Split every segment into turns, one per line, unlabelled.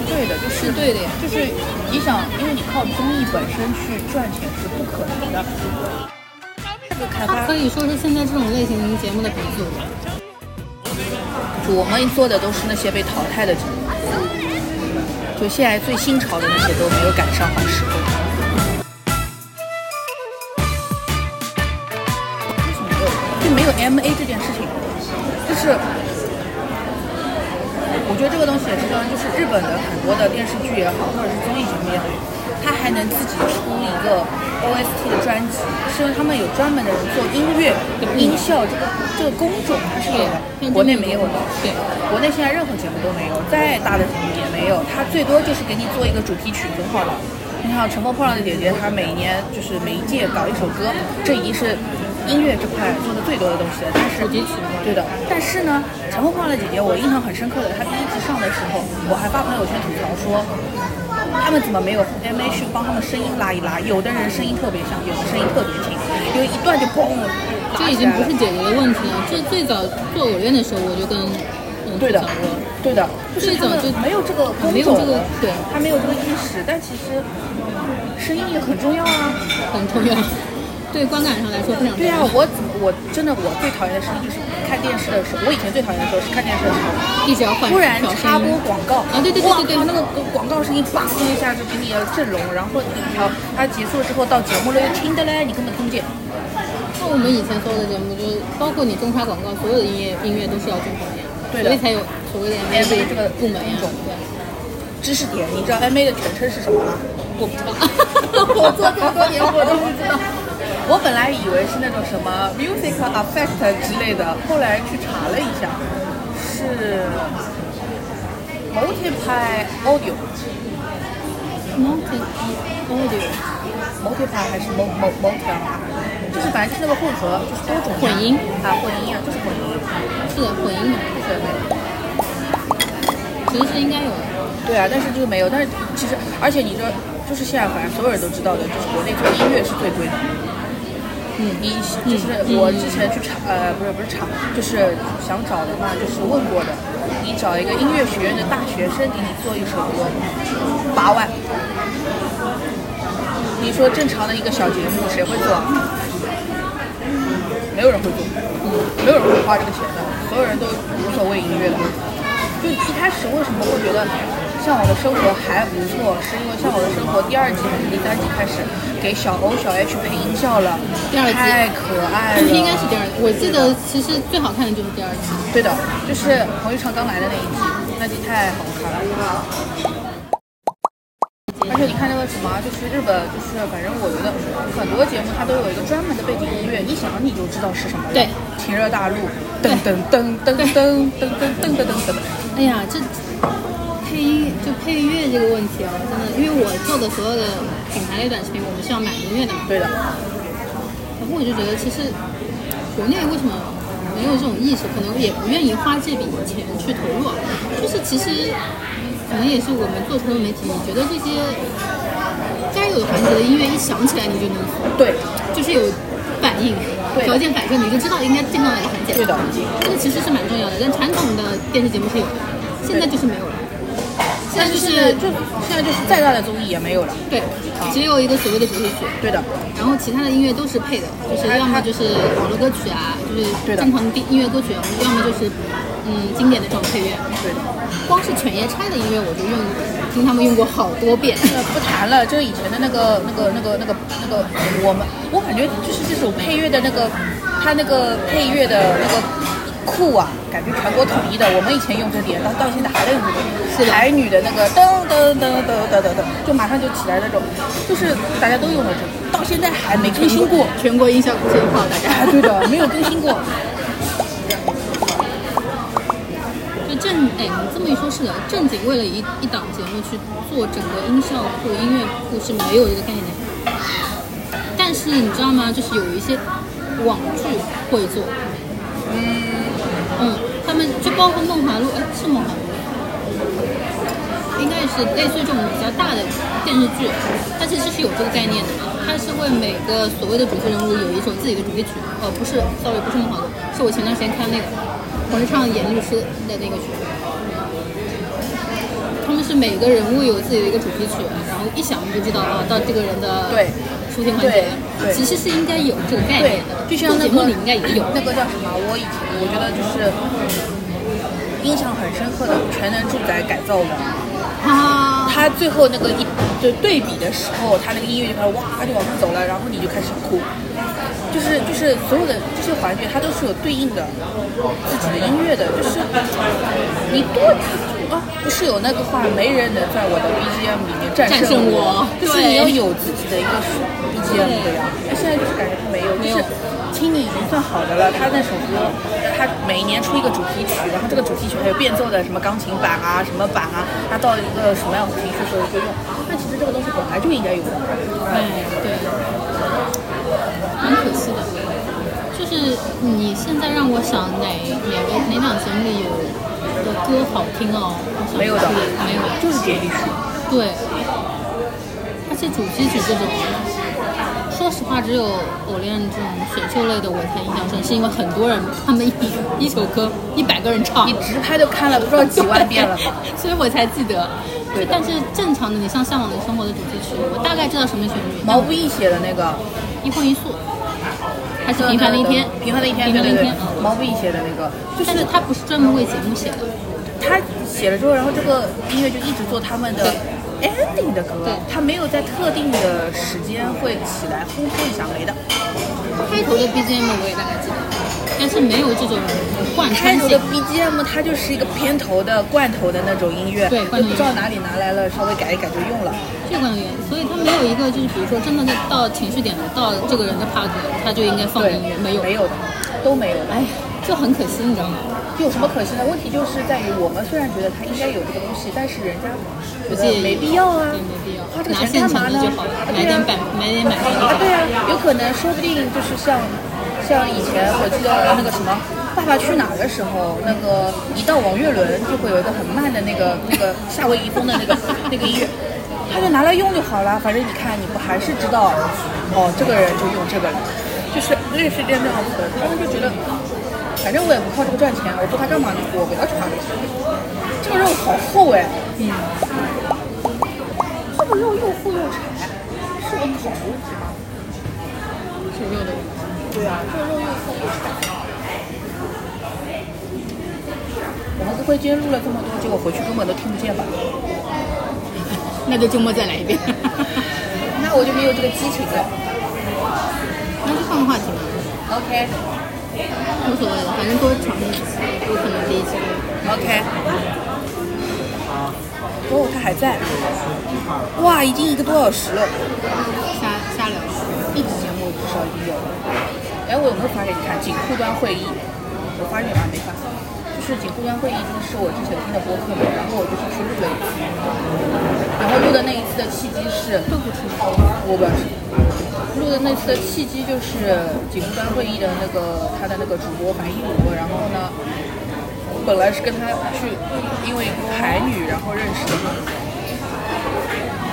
是对的呀。
就是你想，因为你靠综艺本身去赚钱是不可能的。这个开
它
发
可，以说是现在这种类型节目的鼻祖。
我们做的都是那些被淘汰的节目，就现在最新潮的那些都没有赶上好时候。就没有 M A 这件事情，就是我觉得这个东西也是这样，就是日本的很多的电视剧也好，或者是综艺节目也好，它还能自己出一个 O S T 的专辑，是因为他们有专门的人做音乐、音效这个这个工种，它是有的，国内没有的。
对，
国内现在任何节目都没有，再大的节目也没有，它最多就是给你做一个主题曲就好了。你看《乘风破浪的姐姐》，她每年就是每一届搞一首歌，这已经是音乐这块做的最多的东西了。但是
主题曲嘛
对的。但是呢，《乘风破浪的姐姐》，我印象很深刻的，她第一集上的时候，我还发朋友圈吐槽说，他们怎么没有 M A 去帮他们声音拉一拉？有的人声音特别像，有的声音特别轻，有一段就嘣，
这已经不是解决的问题了。这最早做偶练的时候，我就跟嗯
对的
吐槽过，
对的，就是
最
他
早
们
就
没有这个工
没有
种
这个对
他没有这个意识，但其实声音也很重要啊。
很重要，对观感上来说非常重
对呀、
要。
我怎么我真的我最讨厌的事情就是看电视的时候，我以前最讨厌的时候是看电视的时候，
一直要换
突然
调
插
声
播
音，
广告
啊对对对
哇
对对
靠那个广告声音叭一下就给你震聋，然后你好，它结束了之后到节目了又听的嘞，你根本听不见。
那我们以前所有的节目，就是包括你中插广告，所有的音乐音乐都是要正常点，
对的
所以才有所谓的
MV 这个
部门呀。
工种知识点，你知道 M A 的全称是什么吗？，
对，我不知道
我做这么多年我都不知 道。我本来以为是那种什么 music effect 之类的，后来去查了一下，是 multiply audio。
Multi Audio
multiply 还是 mul mul multi 啊？就是反正就是那个混合，就是多种
混音
啊，混音啊，就是混音。
是的，混音嘛，
就是
其实是应该有的。
对啊，但是这个没有，但是其实，而且你知道，就是现在反正所有人都知道的，就是国内做音乐是最贵的。嗯，你就是我之前去查，呃，不是不是查，就是想找的嘛，就是问过的。你找一个音乐学院的大学生给你做一首歌，八万。你说正常的一个小节目谁会做啊？没有人会做，嗯没有人会花这个钱的，所有人都无所谓音乐的。就一开始为什么会觉得《向往的生活》还不错，是因为《向往的生活》第二季还是第三季开始给小欧、小 H 配音效了，
第二季
太可爱了，
应该是第二，我记得其实最好看的就是第二季。
对的，就是彭昱畅刚来的那一季，那集太好看了。而且你看那个什么，就是日本，就是反正我觉得很多节目它都有一个专门的背景音乐，一想你就知道是什么了。
对，
《情热大陆》噔噔噔噔噔噔噔噔噔噔噔噔。
哎呀，这配音就配乐这个问题啊，真的，因为我做的所有的品牌类短视频，我们是要买音乐的嘛。
对的，
然后我就觉得，其实国内为什么没有这种意识，可能也不愿意花这笔钱去投入啊。就是其实可能也是我们做传统媒体，你觉得这些该有的环节的音乐一响起来，你就能投，
对
就是有反应
对，
条件反射，你就知道应该进到哪个环节。
对的，
这个其实是蛮重要的，但传统的电视节目是有的，现在就是没有了。现在就
现在
是
就现在就是再大的综艺也没有了。
对，
啊
只有一个所谓的主题曲。
对的，
然后其他的音乐都是配的，就是要么就是网络歌曲啊，就是
对的
正常的音乐歌曲，要么就是嗯经典的这种配乐。
对的。
光是犬夜叉的音乐我就用听他们用过好多遍，
呃，不谈了，就是以前的那个、那个、那个、那个、那个，我们我感觉就是这种配乐的那个，它那个配乐的那个库啊，感觉全国统一的。我们以前用这点，到到现在还在用这个，
是的
台女的那个噔噔噔噔噔噔噔，就马上就起来那种，就是大家都用了这个，到现在还 没更新过。
全国音效工业号大家。
啊，对的，没有更新 过。
就正哎，你这么一说，是的，正经为了一一档节目去做整个音效库、音乐库是没有这个概念的。但是你知道吗？就是有一些网剧会做，嗯，他们就包括《梦华录》，哎，是《梦华录》吗，应该是类似于这种比较大的电视剧，它其实是有这个概念的。它是为每个所谓的主题人物有一首自己的主题曲，呃，不是，sorry，不是《梦华录》，是我前段时间看那个彭昱畅演律师的那个剧。他们们是每个人物有自己的一个主题曲，啊然后一想就知道啊，到这个人的
对
出现环节
对对，
其实是应该有这个概
对
念的，，
就像那
哎做节目
个
里应该也有。
那个叫什么？我以前我觉得就是印象很深刻的全能住宅改造王。
啊，
他最后那个一就对比的时候，他那个音乐就开始哇就往上走了，然后你就开始哭，就是就是所有的这些环节，它都是有对应的自己的音乐的，就是你多啊，不是有那个话，没人能在我的 BGM 里面战
战胜
胜
我
就是
对
你要有自己的一个 BGM 的呀。哎，现在就是感觉他没有，
没
就
有
是。听你已经算好的了，他那首歌，他每年出一个主题曲，然后这个主题曲还有变奏的什么钢琴版啊，什么版啊，他到一个什么样的主题曲的时候就用。但其实这个东西本来就应该有的。
哎，对，蛮可惜的。就是你现在让我想哪哪个哪档节目里有的歌好听哦，我想不
没有的
起没有，
就是结局曲。
对，而且主题曲这种，说实话，只有偶练这种选秀类的我才印象深，是因为很多人他们一一首歌一百个人唱
你，直拍都看了不知道几万遍 了吧？
所以我才记得。
对的
但是正常的，你像《向往的生活》的主题曲，我大概知道什么旋律，
毛不易写的那个
一荤一素，还是平凡的一天，
平凡的一天，
平
对
凡的
对
一
对
天，，嗯
毛不易写的那个，就
但是
是
它不是专门为节目写的，
他写了之后，然后这个音乐就一直做他们的 ending 的歌
对，
他没有在特定的时间会起来烘托一下，没的。
开头的 BGM 我也大概记得，但是没有这种贯
开
穿
头
性
的。BGM 它就是一个片头的罐头的那种音乐，
对罐头音
就不
乐
知道哪里拿来了，稍微改一改就用了。
这个原因，所以他没有一个就是比如说真的在到情绪点了，到这个人的 part，他就应该放
对
音乐，没有，
没有的，都没有的。
哎呀，就很可惜，你知道吗？
有什么可惜的？问题就是在于我们虽然觉得它应该有这个东西，但是人家
不
觉
介意
得没必要啊
对，没，必要
花，这个
拿
钱
现
干嘛
成的
呢
就好了，？
啊
买
对
点
啊
版，买点版权就
啊，
好了。
对啊，有可能说不定就是像像以前我记得那个什么《爸爸去哪儿》的时候，那个一到王岳伦就会有一个很慢的那个那个夏威夷风的那个那个音乐，他就拿来用就好了。反正你看，你不还是知道哦，这个人就用这个了，就是类似这样子的，他们就觉得。反正我也不靠这个赚钱，我做它干嘛呢？我不要去花这个钱。这个肉好厚哎，
嗯，
这个肉又厚又柴，适合烤肉。
是肉的问题。
对啊，这个肉又厚又柴。我们不会今天录了这么多，结果回去根本都听不见吧？
那就周末再来一遍，
那我就没有这个激情了。
那就换个话题吧，
OK
无所谓了，反正多尝试几次，有可能第一次。
OK。哦，他还在。哇，已经一个多小时了，
瞎瞎聊，
一期节目至少已经有了。哎，我有没有发给你看？锦库端会议，我发给你吗？没发。就是锦库端会议，就是我之前听的播客嘛，然后我就是去录了一次，然后录的那一次的契机是。
都不吃。
我吧，录的那次的契机就是警务端会议的那个他的那个主播樊一武，然后呢，本来是跟他去因为排女然后认识的嘛，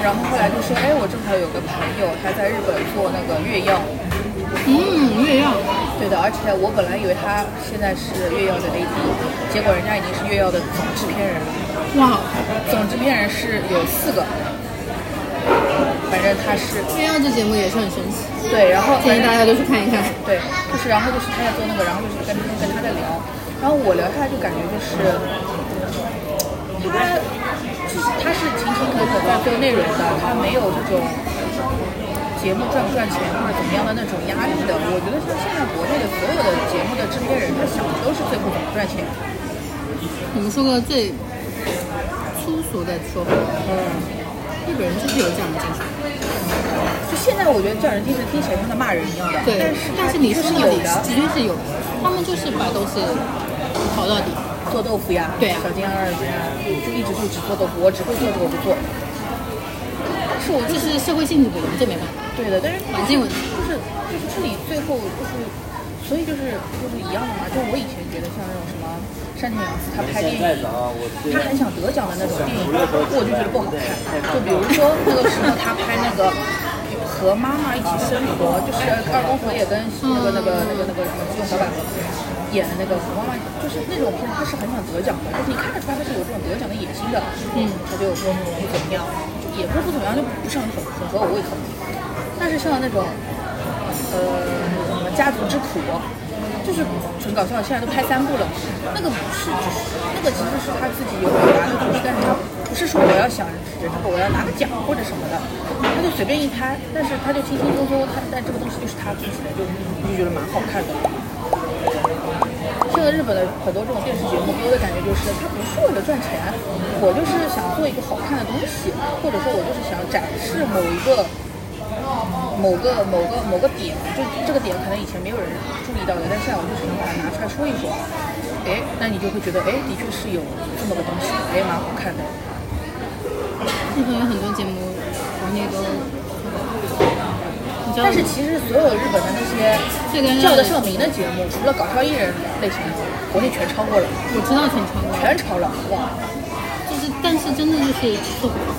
然后后来就说，哎，我正好有个朋友他在日本做那个越药，
嗯，月亮。
对的，而且我本来以为他现在是越药的 AD，结果人家已经是越药的总制片人了。
哇，
总制片人是有四个，反正他是
月亮这节目也是很神奇，
对，然后
建议大家都去看一看。
对，就是然后就是他在做那个，然后就是跟跟他在聊，然后我聊下来就感觉就是他就是他是勤勤恳恳在做内容的，他没有这种节目赚不赚钱或者怎么样的那种压力的。我觉得像现在国内的所有的节目的制片人，他想的都是最后怎么赚钱。
你们说个最粗俗的说法，
嗯，
日本人就是有这样的精神。
就现在我觉得叫人精神听起来像在骂人一样的，
对
但是，
但是
他
你
确
说
是
到
有
底
的，
的确是有的，他们就是把东西炒到底。
做豆腐呀，
对啊
小金二姐呀，就一直就只做豆腐，我只会做这个我不做。是我
这
就是
是社会性质不一样，这没办法。
对的，但是
环境问题
就是就是这里最后就是，所以就是就是一样的嘛。就我以前觉得像那种什么山田洋次，他拍电影，他很想得奖的那种电影，我就觉得不好看。就比如说那个时候他拍那个。和妈妈一起生活，就是二宫和也跟那个那个那个那个什么用小百合演的那个和妈妈，就是那种片，他是很想得奖的，就是你看得出来他是有这种得奖的野心的。嗯，他就说不怎么样，就也不是不怎么样，就不是很很很合我胃口。但是像那种呃什么家族之苦，就是纯搞笑，现在都拍三部了。那个不是，只是那个其实是他自己有表达的努力，但是他不是说我要想着这个我要拿个奖或者什么的，他就随便一拍，但是他就轻轻松松，他但这个东西就是他自己的，就就觉得蛮好看的。现在日本的很多这种电视节目给我的感觉就是，他不是为了赚钱，我就是想做一个好看的东西，或者说我就是想展示某一个某个某个某个点，就这个点可能以前没有人注意到的，但现在我就是能把它拿出来说一说。哎，那你就会觉得，哎，的确是有这么个东西，哎，蛮好看的。
日本有很多节目，国内都。嗯你知道
但是其实所有日本的那
这个
些叫得上名的节目，除了搞笑艺人类型的，国内全超过了，
我知道全超过，
全超了，哇！
就是但是真的就是做不好。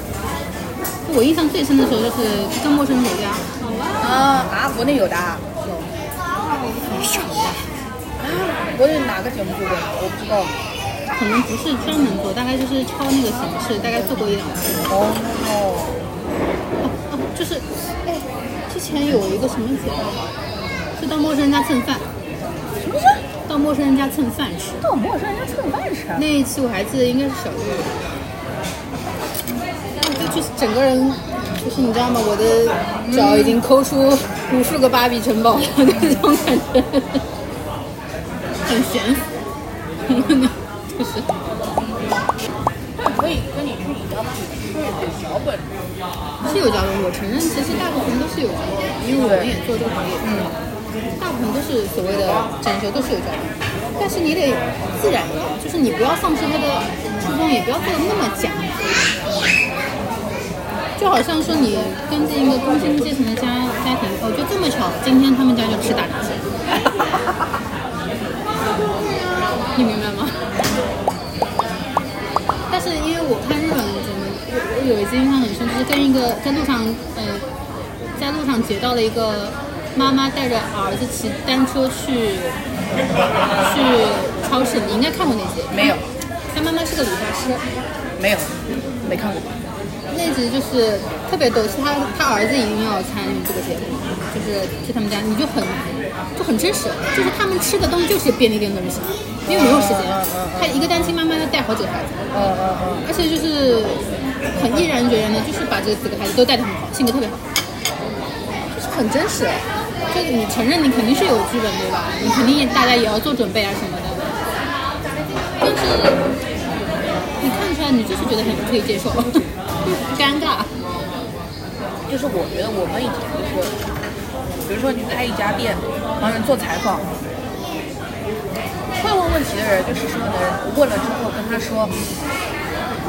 我印象最深的时候就是跟陌生人回家，
啊啊，国内有的啊，
很少吧，
啊国内哪个节目做过？我不知道。
可能不是专门做，大概就是抄那个形式，大概做过一两次。
哦，
哦哦，就是，哎，之前有一个什么节目，啊是到陌生人家蹭饭，
什么事？
到陌生人家蹭饭吃。
到陌生人家蹭饭吃啊？
那一期我还记得应该是小岳，我就就是整个人，就是你知道吗？我的脚已经抠出无数个芭比城堡了 那种感觉，很悬 浮，就是。
那可以跟你去你家去对脚本。
是有交流，我承认，其实大部分都是有交流的，因为我们也做这个行业，嗯，大部分都是所谓的整修都是有交流，但是你得自然一点，就是你不要丧失它的初衷，也不要做的那么假，就好像说你跟进一个工薪阶层的家家庭，哦，就这么巧，今天他们家就吃大闸蟹，你明白吗？但是因为我看日本的节目，我我有一次印象很深，就是跟一个在路上，呃，在路上截到了一个妈妈带着儿子骑单车去去超市，你应该看过那集。
没有，
他妈妈是个理发师，
没有，没看过。
那集就是特别逗，是他他儿子一定要参与这个节目，就是去他们家，你就很就很真实，就是他们吃的东西就是便利店的东西，因为没有时间
嗯嗯嗯，
他一个单亲妈妈要带好几个孩子。
嗯嗯嗯。
而且就是很毅然决然的，就是把这几个孩子都带得很好，性格特别好，就是很真实。就是你承认你肯定是有剧本对吧？你肯定也大家也要做准备啊什么的，但是你看出来你就是觉得很可以接受， 就不尴尬。
就是我觉得我们以前就是，比如说你去拍一家店，然后你做采访，会问问题的人就是说呢，问了之后跟他说，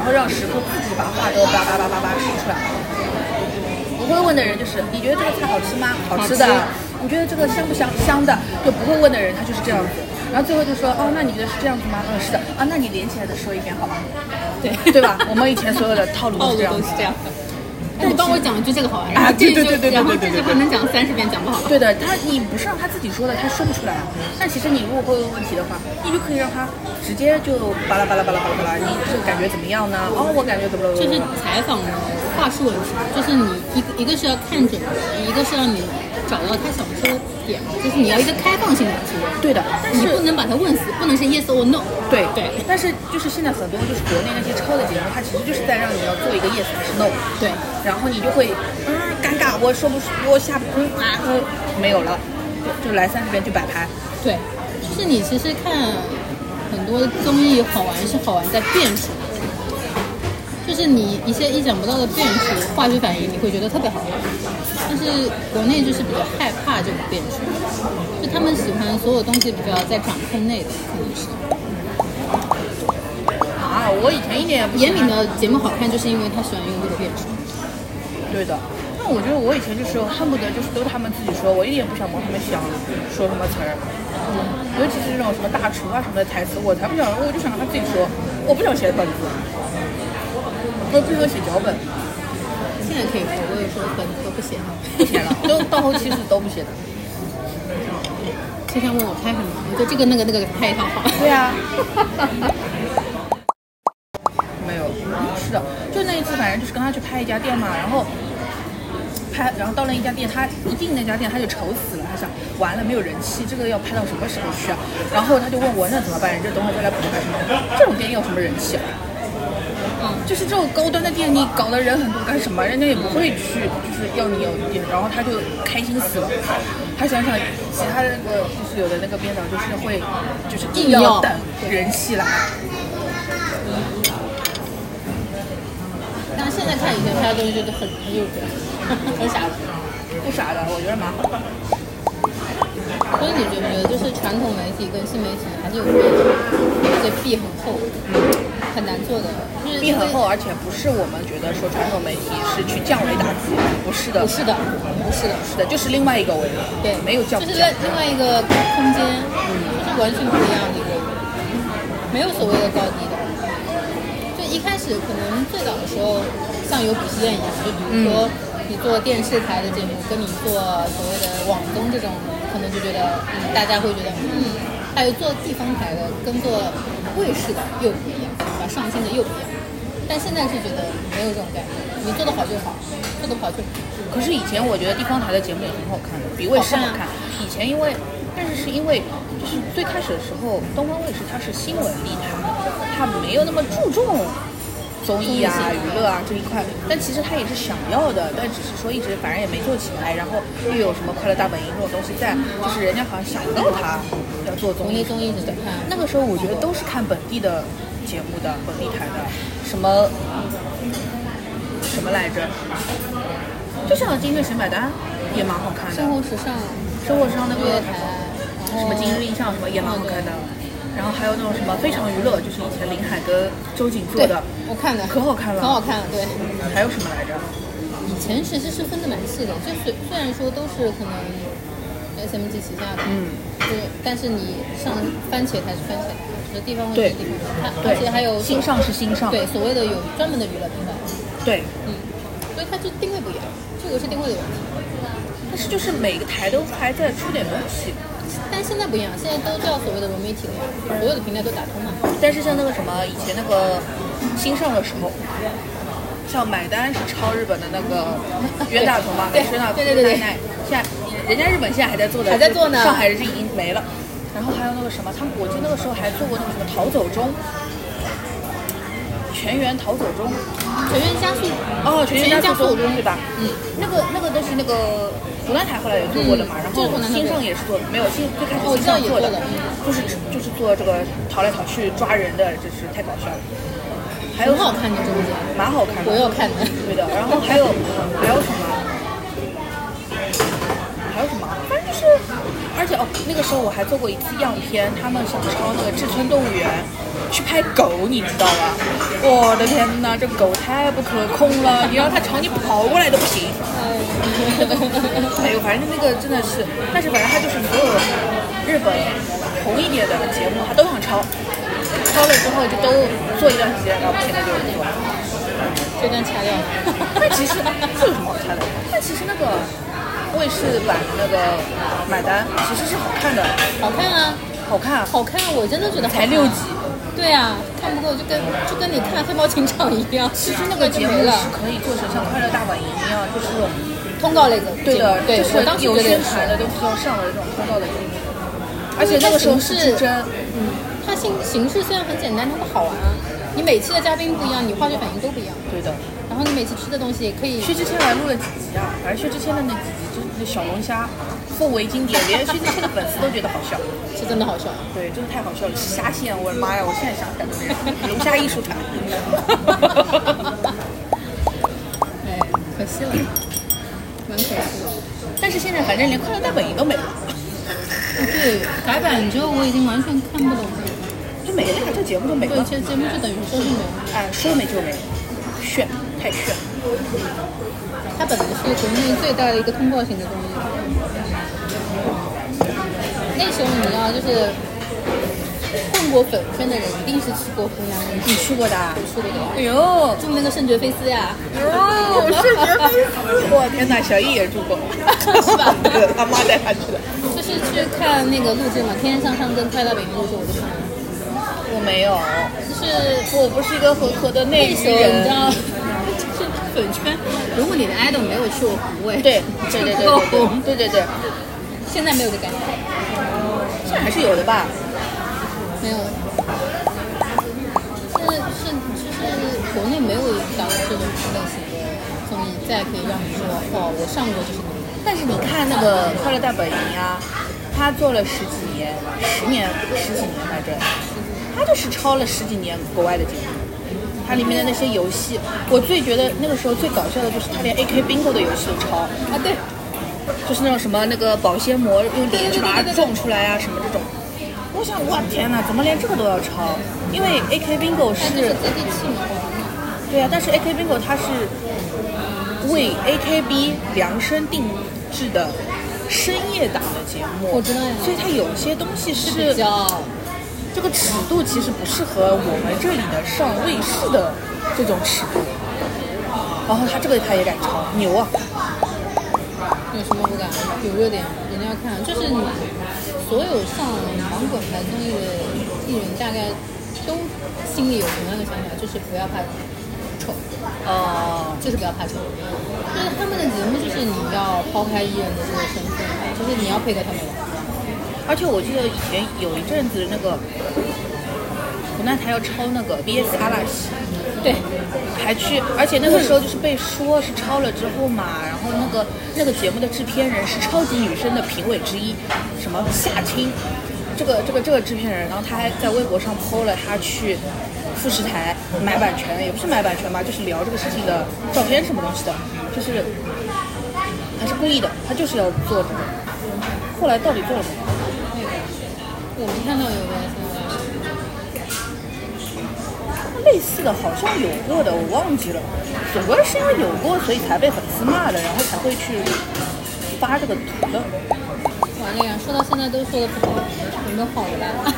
然后让食客自己把话都叭叭叭叭叭说出来。不会问的人就是你觉得这个菜好吃吗？好吃的。
好吃
你觉得这个香不香？香的。就不会问的人他就是这样子，然后最后就说哦，那你觉得是这样子吗？嗯，是的。啊，那你连起来的说一遍好吗？
对
对哦吧？我们以前所有的套路
套
都是
路
这样
哦都
子
是。这样的。哎，你帮我讲一句这个好玩，然后
啊对
这一句，
对对对对
然后
对
这
对
句
对
可能讲三十遍讲不好吧。
对的，他你不是让他自己说的，他说不出来啊。但其实你如果会问问题的话，你就可以让他直接就巴拉巴拉巴拉巴拉巴拉，你这个感觉怎么样呢？哦，我感觉怎么了？
这是采访的话术问题，就是你一个一个是要看准人，一个是让你找到他想说的点，就是你要一个开放性的提问，
对的，但
你
是
不能把他问死，不能是 yes or no。
对
对
但是就是现在很多就是国内那些抄的节目，它其实就是在让你要做一个 yes 还是 no，
对，
然后你就会嗯尴尬，我说不出，我下不嗯啊嗯没有了，就就来三十遍就摆拍。
对，就是你其实看很多综艺好玩是好玩在变数，就是你一些意想不到的变数，化学反应你会觉得特别好玩。但是国内就是比较害怕这种变数，就他们喜欢所有东西比较在掌控内的，可能是。
啊，我以前一点也不喜
严
欢
敏的节目好看，就是因为他喜欢用这个变数。
对的。那我觉得我以前就是恨不得就是都是他们自己说，我一点也不想帮他们想说什么词儿，尤其是这种什么大厨啊什么的台词，我才不想，我就想让他自己说，我不想写本子，我不想写脚本。
现在可以说，我有时候本科不写了，
不写了，都到后期是都不写的。
就像问我拍什么，我就这个那个那个拍一套好。
对啊，没有，是的，就那一次，反正就是跟他去拍一家店嘛，然后拍，然后到了一家店，他一进那家店他就愁死了，他想完了没有人气，这个要拍到什么时候去啊？然后他就问我那怎么办？这等会儿再来补拍什么？这种店要什么人气啊？就是这种高端的店，你搞得人很多干什么？人家也不会去，就是要你有一点，然后他就开心死了。他想想其他的那个，就是有的那个编导就是会，就是硬要等人气来。
但是现在看以前拍的东西，觉得很很幼稚，很傻子。
不傻的，我觉得蛮好的。
所以你觉不觉得，就是传统媒体跟新媒体还是有壁，有些壁很厚，很难做的，就是
壁很厚，而且不是我们觉得说传统媒体是去降维打击，不是的，
不是的，
不是的，是的，就是另外一个维度，
对，
没有降
就
不
是
降
在。另外一个空间，就是完全不一样的一个，没有所谓的高低的。就一开始可能最早的时候，像有鄙视链一样，就比如说
嗯
你做电视台的节目，跟你做所谓的网综这种，可能就觉得嗯，大家会觉得嗯，还有做地方台的跟做卫视的又不一样，对吧？上新的又不一样。但现在是觉得没有这种概念，你做得好就好，做得不好就
可是以前我觉得地方台的节目也很好看的，比卫视好
好看啊
看。以前因为，但是是因为就是最开始的时候，东方卫视它是新闻立台，它没有那么注重综艺啊
综艺性、
娱乐啊这一块。但其实它也是想要的，但只是说一直反正也没做起来。然后又有什么快乐大本营这种东西在，就是人家好像想不到它要做综
综
艺
艺。综艺只能看。
那个时候我觉得都是看本地的节目的，本地台的，什么什么来着？就像《今天谁买单》也蛮好看的，
生活时尚
生活上那
乐
个
坛，然后
什么《今日印象》什么也蛮好看的。然后还有那种什么非常娱乐，就是以前林海跟周瑾做
对
的，，
我看了，
可好看了
可好看了。对，
还有什么来着？
以前其实是分的蛮细的，就虽虽然说都是可呃能 SMG 旗下的，
嗯，
就是但是你上番茄台是番茄台，有的地方会
对
是地方台，它
对，
而且还有
新上是新上，
对所谓的有专门的娱乐频道，
对，
嗯，所以它就定位不一样，这个是定位的问题。
但是就是每个台都还在出点东西。
但现在不一样，现在都叫所谓的融媒体了呀，所有的平台都打通了。
但是像那个什么，以前那个新上的时候，像买单是抄日本的那 个冤大头嘛，
对
冤大头
对对对对
奶奶，现在人家日本现在还在做的，
还在做呢
上海人是已经没了。然后还有那个什么，他们我记得那个时候还做过那个什么逃走中，全员逃走中，
全员加速，
哦，全
员
员
加
加
速
速中对吧？
嗯，
那个那个但是那个湖南台后来也做过的嘛，
嗯
然
就是湖
后
南台
新
做
上
的
也是做的，没有新最开始
哦
新上
这样也
做的
做的嗯，
就是就是做这个逃来逃去抓人的，真是太搞笑了。还有
很好看的直播间，
蛮好看的，
我要看 的。
对的。然后还有还有什么？还有什么？反正就是，而且哦，那个时候我还做过一次样片，他们想抄那个《至尊动物园》去拍狗，你知道吧？我的天哪，这狗太不可控了！你让它朝你跑过来都不行。哎呦，反正那个真的是，但是反正他就是所有日本红一点的节目，他都想抄，抄了之后就都做一段时间，然后现在就不做了。
这段 掐掉了。
但其实这有什么好看的？但其实那个卫视版的那个买单其实是好看的，
好看啊，
好看啊，
好看啊，我真的觉得好看
才六集。
对啊，看不够就跟就跟你看《黑猫警长》一 样，
其
其实
实那
那
个
个就
节目
没了。
是可以做成像《快乐大本营》一样，就是
通告类的，
对的，
对，
就是
我当时
有
觉得也
宣
是
传的都是要上的这种通告的节目。而且那个时候是竞争，
它形形式虽然很简单，但它好玩啊。你每期的嘉宾不一样，你化学反应都不一样，
对的。
然后你每次吃的东西也可以。
薛之谦还录了几集啊？反正薛之谦的那几集就是那小龙虾，奉为经典，连薛之谦的粉丝都觉得好笑。
是真的好 笑。
对，真的太好笑了，虾线，我的妈呀！我现在想 起来都没有。龙虾艺术团。
哎，可惜了，蛮可惜的。
但是现在反正连快乐大本营都没了，
对，改版之后我已经完全看不懂了。
就没了呀，这节目就没
对，
了。
这节目就等于说是没有。
哎，说没就没，炫，太炫。
它本来是国内最大的一个通告型的东西。那时候你知道，就是混看过粉圈的人一定是吃过红羊人，
你去过的啊？
我吃过的，
哎呦，
住那个圣爵菲斯呀，
哦，是绝非死！我天哪，小易也住过，
是吧
对他妈带他去的。
就是去看那个录制嘛，《天天向上》跟《快乐北京》录制，我就看了，
我没有，
就是
我不是一个合格的内
那时
娱
候你知
人。
道，就是粉圈，如果你的 idol 没有去过红卫，
对对对对
就不够
对对对
红
对对，
现在没有这感觉，
这还是有的吧？
没有。现在是就是国内没有导这种类型的综艺，再可以让你说哦，我上过就是那
但是你看那个《快乐大本营》呀，他做了十几年，十年十几年来着，他就是抄了十几年国外的节目。它里面的那些游戏，我最觉得那个时候最搞笑的就是他连 AK Bingo 的游戏都抄。
个啊，对，
就是那种什么那个保鲜膜用
对
脸
对对
茶
对对
撞出来啊什么这种。我想，我天哪，怎么连这个都要抄？因为 AK Bingo
它就是
是，
接地气嘛，
对啊，但是 AK Bingo 它是为 AKB 量身定制的深夜档的节目，
我知道呀
所以它有些东西是
比较
这个尺度其实不适合我们这里的上卫视的这种尺度。然后他这个他也敢抄，牛啊！
有什么不敢？有热点一定要看，就是你所有上网滚排综艺的艺人，大概都心里有同样的想法，就是不要怕丑，
哦、
就是不要怕丑。就是他们的节目，就是你要抛开艺人的这个身份，就是你要配合他们玩。
而且我记得以前有一阵子那个湖南台要抄那个 BS 阿拉西，
对，
还去，而且那个时候就是被说是抄了之后嘛，然后那个那个节目的制片人是超级女声的评委之一，什么夏青，这个这个这个制片人，然后他还在微博上 PO 了他去。富士台买版权也不是买版权吧，就是聊这个事情的照片什么东西的，就是他是故意的，他就是要做这个。后来到底做了什么？
我们看到有个什么
类似的好像有过的，我忘记了。总归是因为有过，所以才被粉丝骂的，然后才会去发这个图的。
完了呀，啊说到现在都说的不好，有没有好的吧？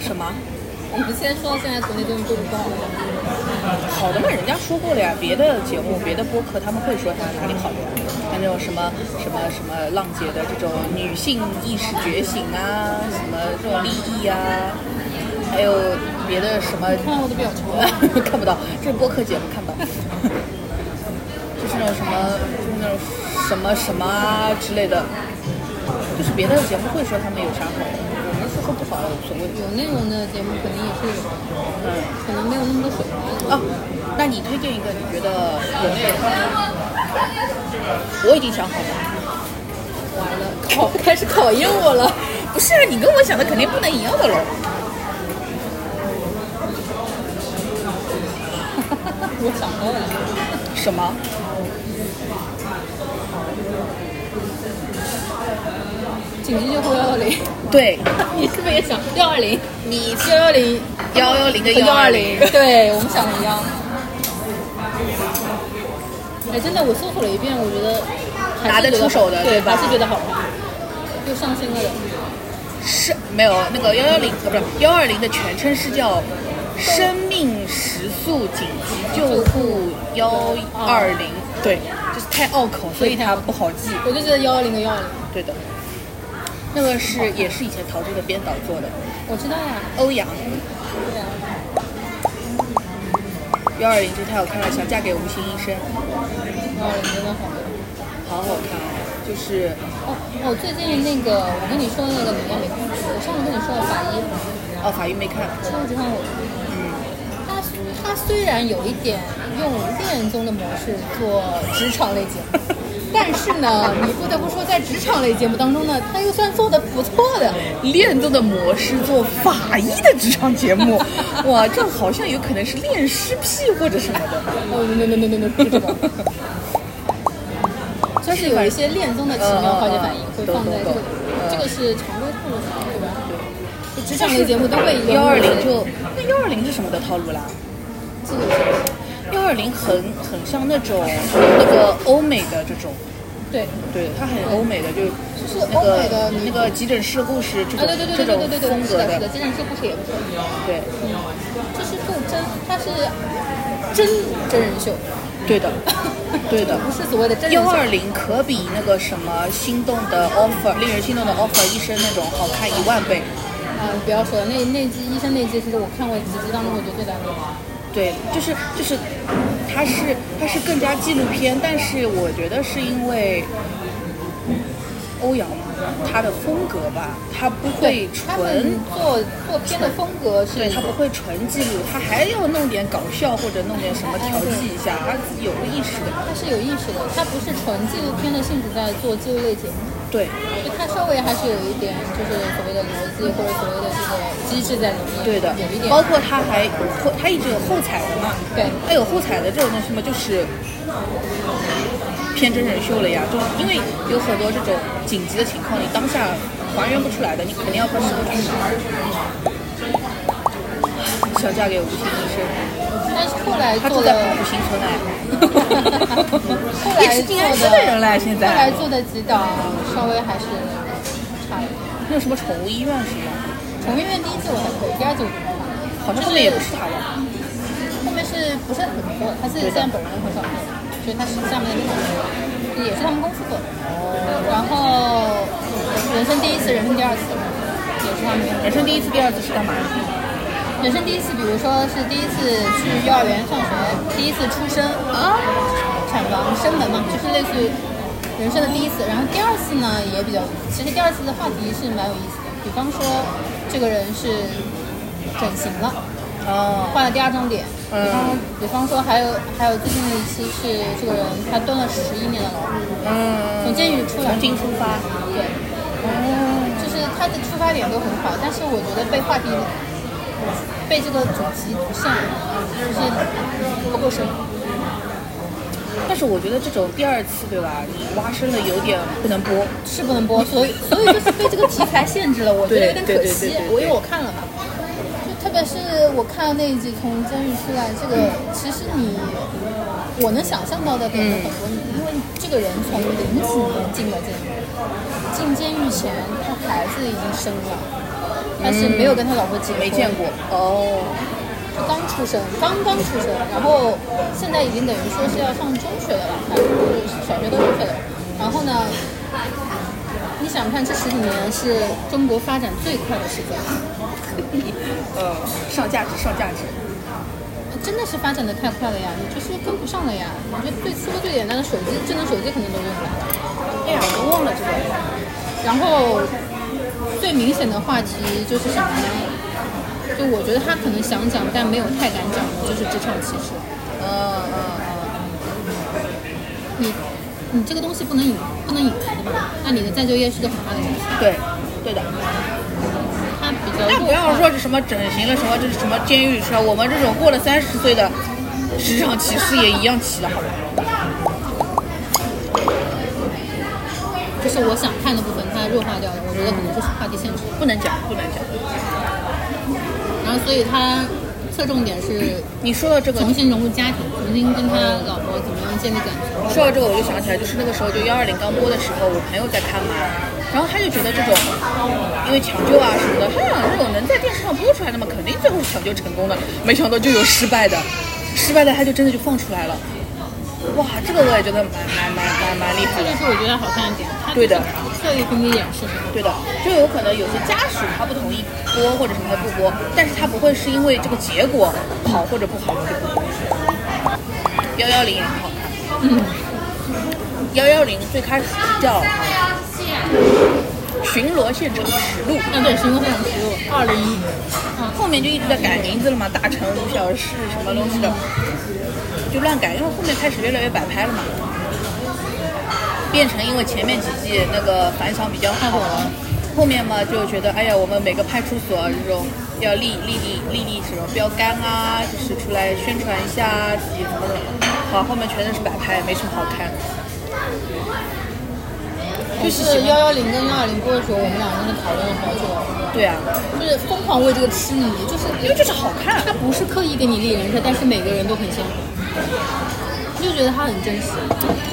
什么？
我们现在说到现在，国内综艺都不好了。
好的嘛，人家说过了呀。别的节目、别的播客他们会说他哪里好的呀，像那种什么什么什么浪姐的这种女性意识觉醒啊，什么这种利益啊，还有别的什么
看到我的表情了。
看不到，这是播客节目看不到， 就是那种什么，就是那种什么什么啊之类的，就是别的节目会说他们有啥好的，我们是说不好的无所谓。
有内容的节目肯定也是有，
嗯，
可能没有那么多水花。
啊，那你推荐一个你觉得有内容的？我已经想好了，
完了，考开始考验我了。
不是啊，你跟我想的肯定不能一样的喽。
我想到了，
什么？
紧急救护幺幺零，
对，
你是不是也想幺二零？你幺幺零
幺幺零跟
幺
幺
二
二
零
零，，
对我们想的一样。哎，真的，我搜索了一遍，我觉得还是
拿得
觉
出手的
好
对
对，
吧
还是觉得好看，又上新了的。
是没有那个幺幺零，呃，不是幺二零的全称是叫生命时速紧急救护幺二零，对，就是太拗口，所以它不好记。
我就觉得幺幺零跟幺二零，
对的，那个是也是以前陶醉的编导做的，
我知道呀，
欧阳
对啊呀，
幺二零就太好看了，想嫁给吴昕医生，
幺二零真的好看。
好好看哦，就是
哦，我最近那个我跟你说的那个美亚没看，我上次跟你说的法医，
哦，法医没看，
超级看我。他他虽然有一点用恋综的模式做职场类节目，但是呢，你不得不说，在职场类节目当中呢，他又算做的不错的。
恋综的模式做法医的职场节目， 哇，这好像有可能是恋尸癖或者什么的。
哦，no no no no no，不是这个。就是有一些恋综的奇妙化学反应会放在
嗯嗯
这个
嗯嗯，
这个是常规套路，对吧？对。职场类节目都会有
幺二零就那幺二零是什么的套路啦？
这个是
幺二零很很像那种那个欧美的这种，
对，
对，它很欧美的，就
就是
那
欧
个
美的你
那个急诊室故事这
啊，
种
对对对
这
对
种
对对对，
风
是
格
的，是
的
的，，这件事故事也不错，
对
就是不真，它是真真人秀，
对 的，对的。
不是所谓的真人
幺
秀。
二零可比那个什么心动的 offer，令人心动的 offer 医生那种好看一万倍。
啊，不要说了，那那季医生那季，其实我看过几集当中，我觉得最难的。
对，就是就是，它是它是更加纪录片，但是我觉得是因为欧阳他的风格吧，他不会
他们
纯，
做做片的风格是
对他不会纯记录，他还要弄点搞笑或者弄点什么调剂一下，他有意识的。
它是有意识的，它不是纯纪录片的性质在做纪录类节目，
对
就它稍微还是有一点就是所谓的逻辑或者所谓的这个机制在里面，
对的
有一，点
包括他还后他一直有后采的嘛，
对
它有后采的这种东西嘛，就是偏真人秀了呀，就是因为有很多这种紧急的情况，你当下还原不出来的，你肯定要靠事后去找。想嫁给吴昕医生，
但是后来
他
做
住在
了，
浦新村 哎，也是静安
后来
区
做
的
的
人了，现
后来
在。
做的几档稍微还是差一点。
那有什么宠物医院是吗？
宠物医院第一季我还可以，第二季我就没看了。
好像后面也不是他吧？
后面是不是很多？他自己
对的
现在本人很少做，所以他是下面的一个同事，也是他们公司做的。然后人生第一次，人生第二次，也是他们。
人生第一次、第二次是干嘛？
人生第一次，比如说是第一次去幼儿园上学，第一次出生啊，产房生门嘛，就是类似于人生的第一次。然后第二次呢也比较，其实第二次的话题是蛮有意思的，比方说这个人是整形了。
哦，
换了第二张脸。
嗯
比方比方说还有还有最近的一期是这个人他蹲了十一年的牢，
嗯，
从监狱出来
重新出发。
对，就是他的出发点都很好，但是我觉得被话题被这个主题局限了，就是不够深。
但是我觉得这种第二次，对吧？你挖深了有点不能播。
是不能播，所以所以就是被这个题材限制了，我觉得有点可
对
惜
对对对。对
我因为我看了嘛，就特别是我看到那一集从监狱出来，这个
嗯
其实你我能想象到的点有
嗯
很多，因为这个人从零几年进了监狱，进监狱前他孩子已经生了，但是没有跟他老婆结
嗯
婚，
没见过哦，
刚出生，刚刚出生，然后现在已经等于说是要上中学的了，还是小学都中学了。然后呢，你想看这十几年是中国发展最快的时间，
呃，上价值上价值，
真的是发展的太快了呀，你就是跟不上了呀。我觉得最思路最简单的手机，智能手机肯定都用不了。
哎呀，我都忘了这个，
然后最明显的话题就是什么呢？就我觉得他可能想讲，但没有太敢讲的，就是职场歧视。
嗯嗯
你你这个东西不能隐不能隐瞒的嘛，那你的再就业是个很大的问题。
嗯，对，对的。
它比较弱
但
化
不要说是什么整形了，什么就是什么监狱里出来，我们这种过了三十岁的职场歧视也一样歧的，好吧？
就是我想看的部分，它弱化掉了，我觉得可能就是话题限制。
不能讲，不能讲。
然后所以它侧重点是
你说到这个，
重新融入家庭，重新跟他老婆怎么样建立感情。
说到这个，我就想起来，就是那个时候就幺二零刚播的时候，我朋友在看嘛，然后他就觉得这种，因为抢救啊什么的，他想这种能在电视上播出来的嘛，肯定最后是抢救成功的，没想到就有失败的，失败的他就真的就放出来了，哇，这个我也觉得蛮蛮蛮蛮蛮厉害
这
的
就。是我觉得好看一点，它
对的
刻意屏蔽掩饰。
对的，就有可能有些家属他不同意播或者什么的不播，但是他不会是因为这个结果好或者不好就不播。幺幺零也很好看，
嗯，
幺幺零最开始是叫《巡逻现场实录》，
啊对，行动非常失落。二零一，啊，
后面就一直在改名字了嘛，大成五小时什么东西的，就乱改，因为后面开始越来越摆拍了嘛，变成因为前面几季那个反响比较
太火
好啊
了，
后面嘛就觉得哎呀，我们每个派出所这种要立立立立立什么标杆啊，就是出来宣传一下啊自己怎么怎么，好，后面全都是摆拍，没什么好看。
就
就是喜
是
欢
幺幺零跟幺二零播的时候，我们俩真的讨论了好久，
对啊，
就是疯狂为这个痴迷，就是
因为就是好看。啊
他不是刻意给你立人设，但是每个人都很像。就觉得它很真实。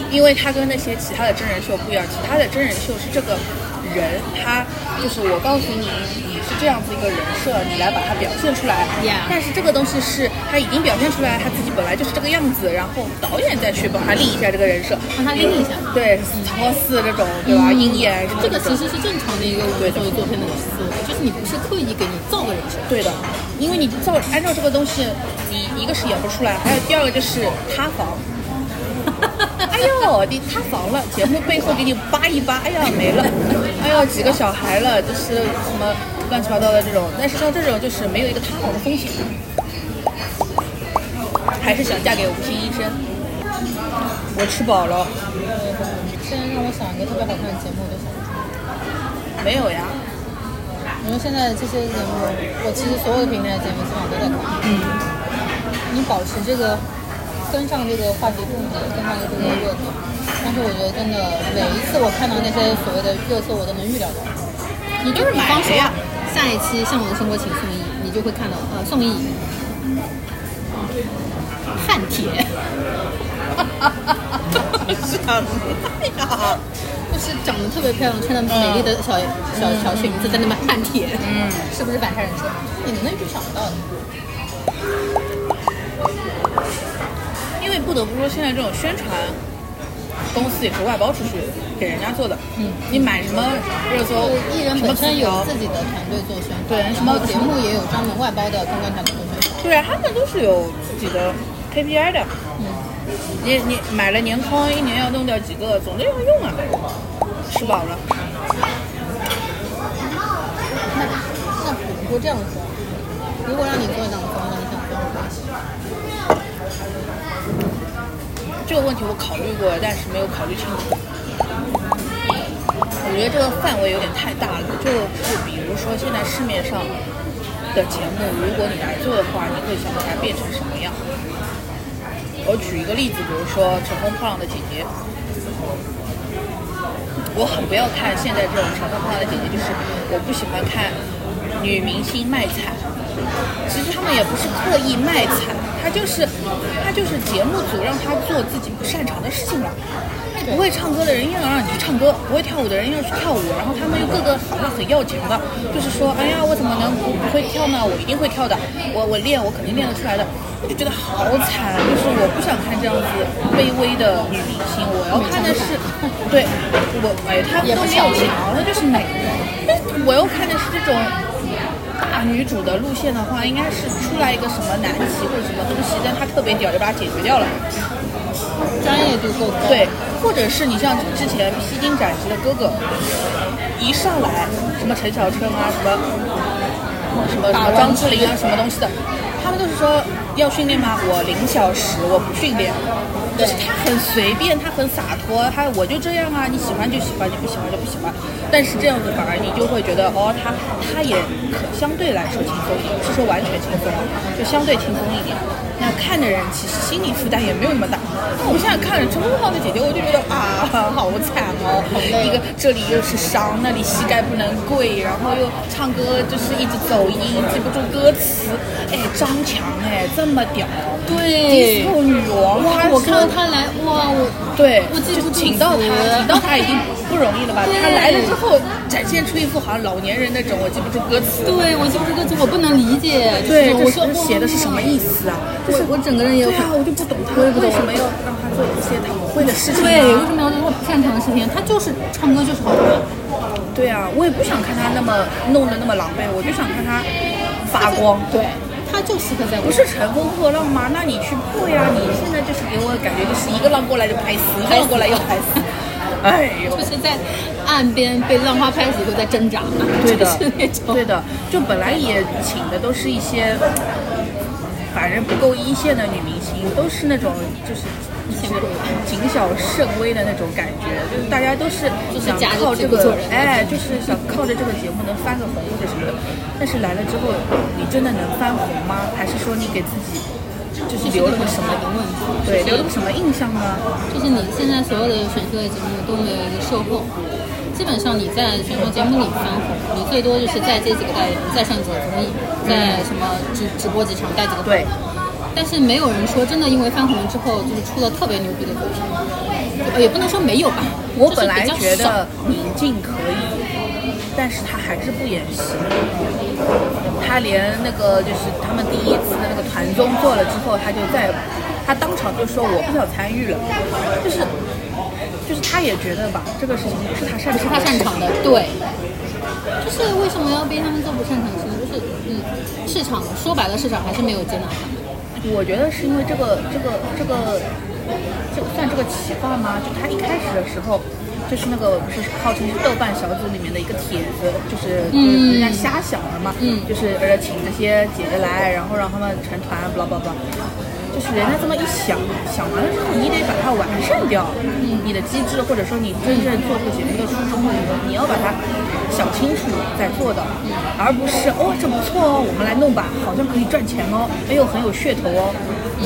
因为他跟那些其他的真人秀不一样，其他的真人秀是这个人，他就是我告诉你，你是这样子一个人设，你来把它表现出来。
Yeah
但是这个东西是他已经表现出来，他自己本来就是这个样子，然后导演再去帮他立一下这个人设，
帮他立一下
对，超四这种，对吧？鹰眼什么
这个
种
其实是正常的一个我们作为作品的思维，就是你不是刻意给你造个人设。
对的，因为你照按照这个东西，你一个是演不出来，还有第二个就是塌房。哎呦，你塌房了！节目背后给你扒一扒，哎呀没了，哎呦几个小孩了，就是什么乱七八糟的这种。但是像这种就是没有一个塌房的风险。还是想嫁给吴昕医生。我吃饱了，
嗯现在让我想一个特别好看的节目，我就想不出来。
没有呀？
你说现在这些节目，我其实所有的平台的节目基本上都在看。
嗯，
你保持这个跟上这个话题度，跟上这个热度。但是我觉得真的，每一次我看到那些所谓的热搜，我都能预料到。你就是比方说
买了呀，
下一期《向往的生活》请宋轶，你就会看到呃宋轶、汉铁，
什么呀？
就是长得特别漂亮，穿着美丽的小、小小裙子在那边汉铁，嗯，是不是反差人设？你能预想到的。
因为不得不说，现在这种宣传公司也是外包出去给人家做的。嗯，你买什么热搜
就，艺人
什么
本
词
身有
条
自己的团队做宣传，
对
然
什么
后节目也有专门外包的公关团队做宣传。
对啊，他们都是有自己的 KPI 的。
嗯
你你买了年康，一年要弄掉几个，总得要用啊。吃饱了，
那那比如这样说，如果让你做一档综艺，你想做什么？
这个问题我考虑过，但是没有考虑清楚。我觉得这个范围有点太大了，就是比如说现在市面上的节目，如果你来做的话，你会想把它变成什么样？我举一个例子，比如说《乘风破浪的姐姐》，我很不要看现在这种《乘风破浪的姐姐》，就是我不喜欢看女明星卖惨。其实他们也不是刻意卖惨，他就是他就是节目组让他做自己不擅长的事情了。不会唱歌的人硬要让你去唱歌，不会跳舞的人要去跳舞，然后他们又个个好像很要强的，就是说，哎呀，我怎么能不不会跳呢？我一定会跳的，我我练，我肯定练得出来的。我就觉得好惨，啊就是我不想看这样子卑微的女明星，我要看的是，对我哎，她们都没有强，她就是美。 但我要看的是这种大女主的路线的话，应该是出来一个什么难题或者什么东西，但她特别屌就把它解决掉了。
专业度够高，
对，或者是你像之前披荆斩棘的哥哥，一上来什么陈小春啊，什么什么什么张智霖啊，什么东西的，他们都是说要训练吗？我零小时，我不训练。就是他很随便，他很洒脱，他我就这样啊，你喜欢就喜欢，你不喜欢就不喜欢。但是这样子反而你就会觉得，哦，他他也可相对来说轻松一点，不是说完全轻松，就相对轻松一点。那看的人其实心理负担也没有那么大。那我现在看《乘风破浪的姐姐》，我就觉得啊， 好惨哦，一个这里又是伤，那里膝盖不能跪，然后又唱歌就是一直走音，记不住歌词。哎，张强哎，这么屌，
对
，disco 女王，
哇！
她
我
是
看到他来，哇！我
对，
我记不
就
住
请到他，
词
请到他已经不容易了吧？
对
他来了之后，展现出一副好像老年人那种，我记不住歌词。
对我记不住歌词，我不能理解。
对，这是
就是我说
写的是什么意？思啊？
哇我我整个人也有
对啊，我就不懂他为什么要让他做一些他不会的事情、
对，为
啊。
什么要做他不擅长的事情？他就是唱歌就是好看，
对，对啊，我也不想看他那么弄得那么狼狈，我就想看他发光。
对，他就适合在
不
舞
是乘风破浪吗？那你去破呀！你现在就是给我感觉就是一个浪过来就拍死，一个浪过来又拍死。 哎呦，
就是在岸边被浪花拍死以后在挣扎，
对的
就是那，种
对的，就本来也请的都是一些，反正不够一线的女明星，都是那种就是就是谨小慎微的那种感觉，就是大家都是
就是
想
夹着
靠
屁
这
股做
个
人，
哎，就是想靠着这个节目能翻个红或者什么的。但是来了之后，你真的能翻红吗？还是说你给自己就是留了个什么？
的问题？
对，留了个什么印象呢？
就是你现在所有的选秀类节目都没有一个售后，基本上你在选秀节目里翻红，你最多就是再接几个代言，再上几个综艺，在什么直直播几场带几个
嗯对，
但是没有人说真的因为翻红之后就是出了特别牛逼的作品，呃也不能说没有吧。
我
就是
本来
比较
觉
少
得宁静可以，但是他还是不演戏。他连那个就是他们第一次的那个团综做了之后，他就再，他当场就说我不想参与了，就是，就是他也觉得吧，这个事情不是他擅
不
长，
是他擅长的，对。就是为什么要被他们做不擅长的事情？就是嗯，市场说白了，市场还是没有接纳他们。
我觉得是因为这个这个这个，这个算这个企划吗？就他一开始的时候，就是那个不是号称是豆瓣小组里面的一个帖子，就是
嗯
人家瞎想的嘛，
嗯
就是呃请这些姐姐来，然后让他们成团，巴拉巴拉。就是人家这么一想，想完了之后，你得把它完善掉，
嗯
你的机制，或者说你真正做这个节目的初衷或者什么，你要把它想清楚再做的，
嗯
而不是哦这不错哦，我们来弄吧，好像可以赚钱哦，哎呦很有噱头哦，嗯，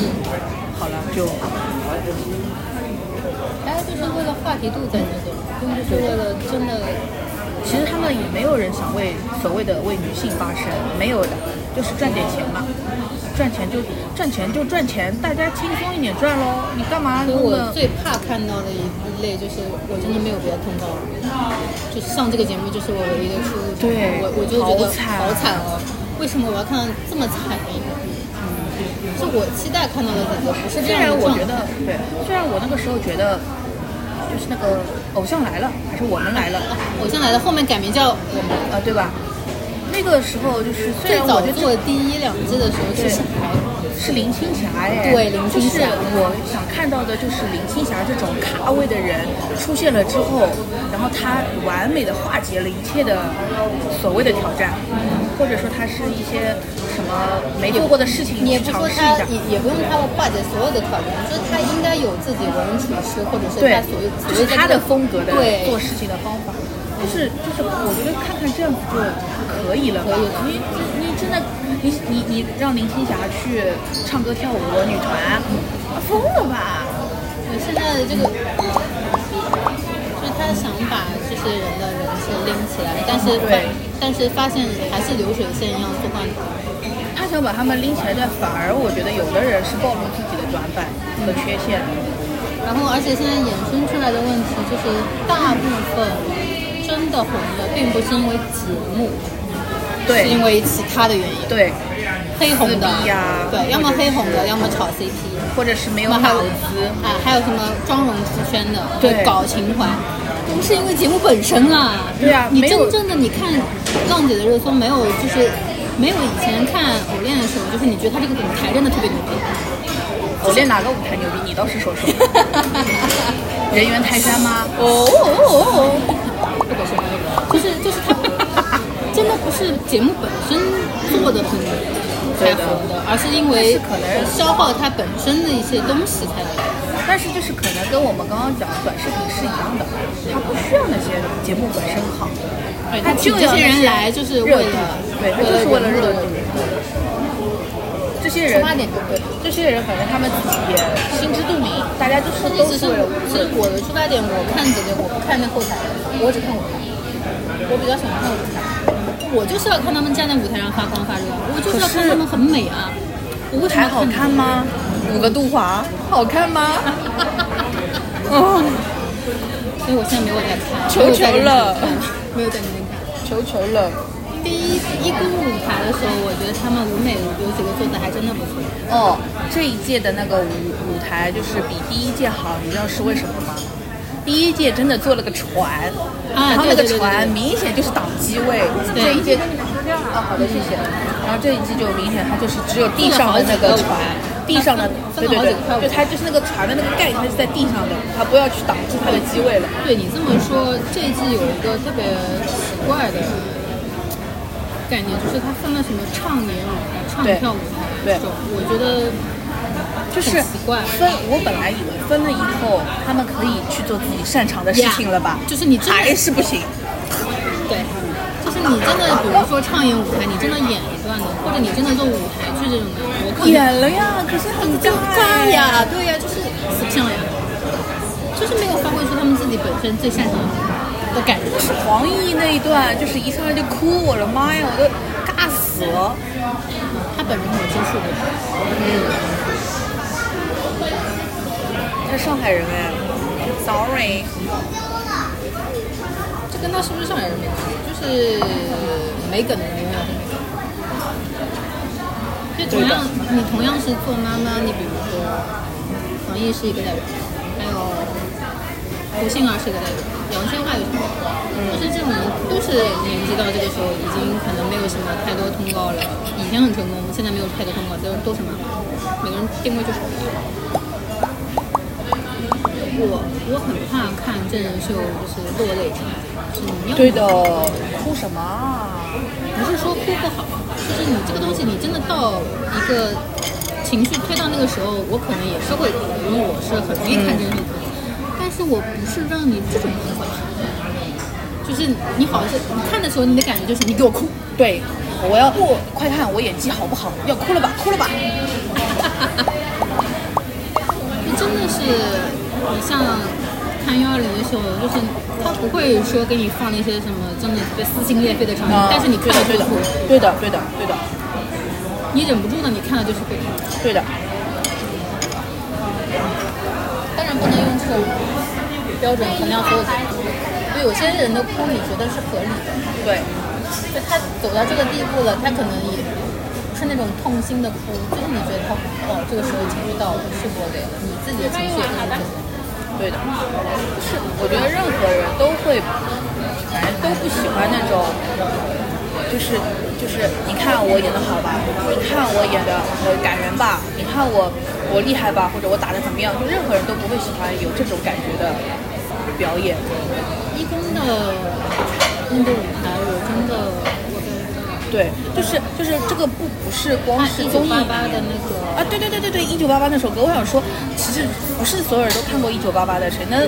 好了就
大家哎就是为了话题度在那种，并不是为了真的。
其实他们也没有人想为所谓的为女性发声，没有的，就是赚点钱嘛，赚钱就赚钱就赚钱，大家轻松一点赚喽，你干嘛
所以
弄
我
得
最怕看到的一一类就是我真的没有别的通道了，就是上这个节目就是我唯一的出路。
对
我我就觉得
好惨
好惨哦！为什么我要看到这么惨的一个？是我期待看到的结果，不是这
虽
样
然
的
我
状
觉
态。
得，对，虽然我那个时候觉得，就是那个偶像来了，还是我们来了，
啊，偶像来了，后面改名叫我们。
啊，对吧？那个时候就是，虽
最
然
早
我觉得
做第一两季的时候，其实还
这是林青霞哎，
对林青霞
就是我想看到的就是林青霞这种咖位的人出现了之后，然后她完美的化解了一切的所谓的挑战，或者说她是一些什么没做过的事情
你也
去
不
尝
说
试一
他
下，
也也不用他化解所有的挑战，就是他应该有自己为人处事，或者是
对
他所谓，
就
所
是
谓在
他
这
的
个
风格的
对
做事情的方法，就是就是，我觉得看看这样子就可以了吧。
可
你
以了
你你真的，你你你让林青霞去唱歌跳舞女团，啊疯了吧？
对现在的这个，就是他想把就是人的人设拎起来，但是发
对
但是发现还是流水线一样做饭。
他想把他们拎起来，但反而我觉得有的人是暴露自己的短板和缺陷。
然后而且现在衍生出来的问题就是，大部分真的红的并不是因为节目，是
对
因为其他的原因，
对，
黑红的
撕逼啊呀，
对，要么黑红的，要么炒 CP。
或者是没有
然后还
脑
有
子。
啊，还有什么妆容出圈的，
对
搞情怀，都是因为节目本身啦。
对啊
你
没有
真正的你看浪姐的热搜，没有就是没有以前看偶恋的时候，就是你觉得她这个舞台真的特别牛逼。
我练哪个舞台牛逼？你倒是说 说。人猿泰山吗？
哦哦哦哦，不搞什么， 就是就是她真的不是节目本身做的很才
对的
红的，而是因
但
为
是可能
消耗它本身的一些东西才红。
但是就是可能跟我们刚刚讲的短视频是一样的，它不需要那些节目本身好，它
他请
就
这
要
些
那
人来就是为
热度
了，
对，它就是为了热
度
度。这些
出
人，
发点就对了。
这些人反正他们自己也心知肚明，大家就是
关键
都
只
是
是
为了
我，其实我的出发点，我看这个，我不看那后台，我只看舞台。我比较喜欢看舞台，我就是要看他们站在舞台上发光发热，我就是要看他们很美啊。我为什么
还
要
好
看你
看？吗？五个杜华好看 吗？哦，
所以我现在没有在看，
求求了
没有在认真看，没有在认真看。
求求了。
第一一公舞台的时候，我觉得他们舞美有几个做的还真的不错。
哦，这一届的那个舞舞台就是比第一届好，你知道是为什么吗？第一届真的做了个船，然
啊
后那个
对对对
船
对
明显就是挡机位。
对
这一届，哦，好的，谢谢。然后这一季就明显它就是只有地上的那
做
个
了好几个
船，地上的
它
对
分
对
分了好几个块
对，就它就是那个船的那个盖，它是在地上的，它不要去挡住它的机位了。
对你这么说，这一季有一个特别奇怪的概念，就是它分了什么唱演舞台、唱
对
跳舞台
对
这种，我觉得
就是
很奇怪
分，我本来以为分了以后，他们可以去做自己擅长的事情了吧
Yeah，就是你真的
还是不行。
对，就是你真的，比如说唱演舞台，你真的演一段的，或者你真的做舞台剧这种的，我个人
演啊了呀，可是很尴
尬呀，对呀，就是死不像呀，就是没有发挥出他们自己本身最擅长的感觉。
黄奕那一段就是一上来就哭，我的妈呀，我都尬死了。
他本人我接触过，嗯，
是上海人哎，sorry，
这跟他是不是上海人没关系，就是没梗的没有。就同样，你同样是做妈妈，你比如说黄奕是一个代表，还有胡杏儿是一个代表，杨千嬅有什么？
嗯
就是这种都是年纪到这个时候，已经可能没有什么太多通告了。以前很成功，现在没有太多通告，都都是妈妈，每个人定位就是不一样。我我很怕看真人秀，就是落泪场，就是你要
对的，哭什么啊？
不是说哭不好，就是你这个东西，你真的到一个情绪推到那个时候，我可能也是会哭，因为我是很容易看真人秀的，但是我不是让你这种哭法，就是你好像是你看的时候，你的感觉就是你给我哭，
对，我要不快看我演技好不好？要哭了吧，哭了吧。
就真的是你像看幺二零的时候，就是他不会说给你放那些什么真的特别撕心裂肺的场景，
啊
但是你看
对的，对
了就会
的
哭，，
对的，对的，对的，
你忍不住的，你看了就是会哭。
对的。
当然不能用这种标准衡量所有的哭，因为有些人的哭你觉得是合理的，
对，
就他走到这个地步了，他可能也不是那种痛心的哭，就是你觉得他哦这个时候情绪到了，是落泪了，你自己的情绪也跟着走。
对的，是，我觉得任何人都会，反正都不喜欢那种，就是就是，你看我演的好吧，你看我演的呃感人吧，你看我我厉害吧，或者我打的怎么样，就任何人都不会喜欢有这种感觉的表演。
一公的那个舞台，我真的我在
对，就是就是这个不不是光
看
是
一九
综艺
八
里
八的
面
那个，
啊，对对对对对，一九八八那首歌，我想说，其实不是所有人都看过一九八八的，谁能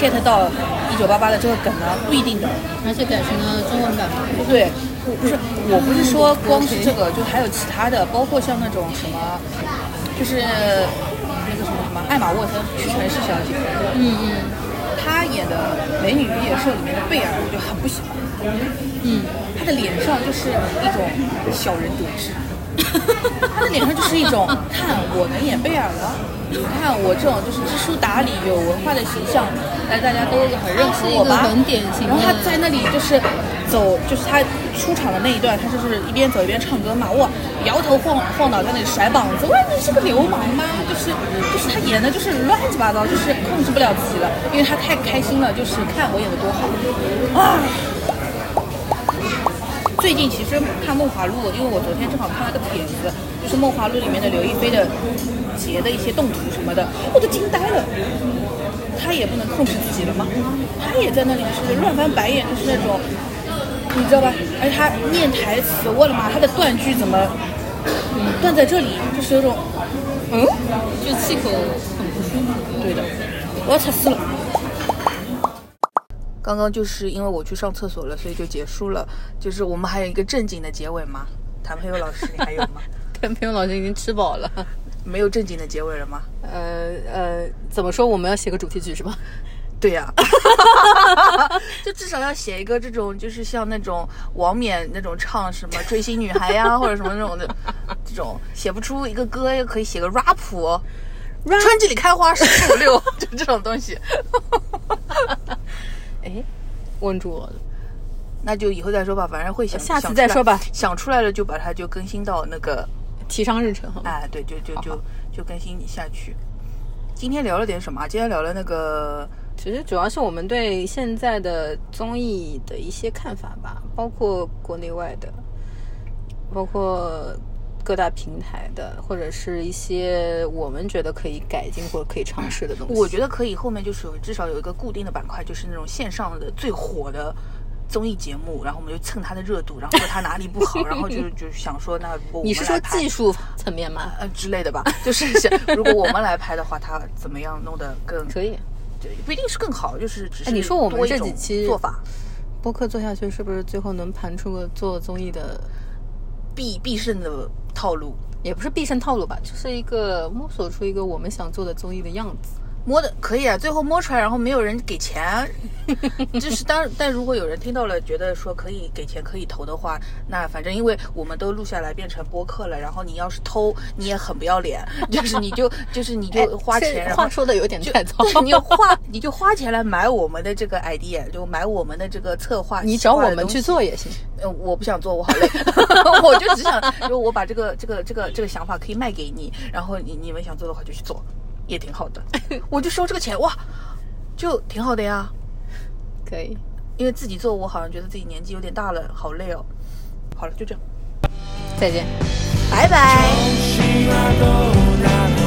get 到一九八八的这个梗呢？不一定的。
而且改成了中文版嘛。
对，不是，我不是说光是这个，就还有其他的，包括像那种什么，就是那个什么什么艾玛沃森，屈臣氏小姐，
嗯嗯
她演的《美女与野兽》里面的贝尔，我就很不喜欢，
嗯，
她的脸上就是一种小人得志。他的脸上就是一种，看我能演贝尔了，你看我这种就是知书达理、有文化的形象，来大家都很认可我吧。
他是一个很典型
然
的
后他在那里就是走，就是他出场的那一段，他就是一边走一边唱歌嘛，哇，摇头晃晃脑在那里甩膀子，哇，你是个流氓吗？就是就是他演的就是乱七八糟，就是控制不了自己了，因为他太开心了，就是看我演的多好啊。最近其实看《梦华录》，因为我昨天正好看了个帖子，就是《梦华录》里面的刘亦菲的截的一些动图什么的，我都惊呆了。她也不能控制自己了吗？她也在那里就是乱翻白眼，就是那种，你知道吧？而且她念台词，我的妈，她的断句怎么嗯断在这里？就是有种，嗯，
就气口很不舒服。
对的，我要踩死了。刚刚就是因为我去上厕所了，所以就结束了。就是我们还有一个正经的结尾吗？谭佩友老师，你还有 吗？
但朋友老师已经吃饱了。
没有正经的结尾了吗？
呃呃，怎么说？我们要写个主题曲是吧？
对呀、 就至少要写一个这种，就是像那种王冕那种唱什么追星女孩 呀，或者什么那种的，这种写不出一个歌，又可以写个 rap，春季里开花十五 六，就这种东西。
哎，问住我了。
那就以后再说吧，反正会想
呃下次再说吧
想出来想出来了就把它就更新到那个，
提上日嗯程好吗？
哎，对，就就就就更新下去。今天聊了点什么啊？今天聊了那个，
其实主要是我们对现在的综艺的一些看法吧，包括国内外的，包括各大平台的，或者是一些我们觉得可以改进或者可以尝试的东西。
我觉得可以后面就是有至少有一个固定的板块，就是那种线上的最火的综艺节目，然后我们就蹭它的热度，然后说它哪里不好，然后 就是就是想说那如果我们
你是说
来拍
技术层面吗？
呃之类的吧，就是想如果我们来拍的话，它怎么样弄得更
可以，
就不一定是更好，就是只是
哎你说我们
多一
这几
种
期
做法
播客做下去是不是最后能盘出个做综艺的，
必必胜的套路。
也不是必胜套路吧，就是一个摸索出一个我们想做的综艺的样子。
摸的可以啊，最后摸出来，然后没有人 给钱，就是当但如果有人听到了，觉得说可以给钱可以投的话，那反正因为我们都录下来变成播客了，然后你要是偷，你也很不要脸， 就是你就就是你就花钱，然后
话说的有点
就
太 糙
对，你就花你就花钱来买我们的这个 idea，就买我们的这个策划，
你找我
企划的
们
东西
去做 也行。
呃，我不想做，我好累， 我就只想，就我把这个这个这个这个想法可以卖给你，然后你你们想做的话就去做，也挺好的，我就收这个钱哇，就挺好的呀，
可以，
因为自己做我好像觉得自己年纪有点大了，好累哦。好了，就这样，
再见。
拜拜。
星啊，都那个。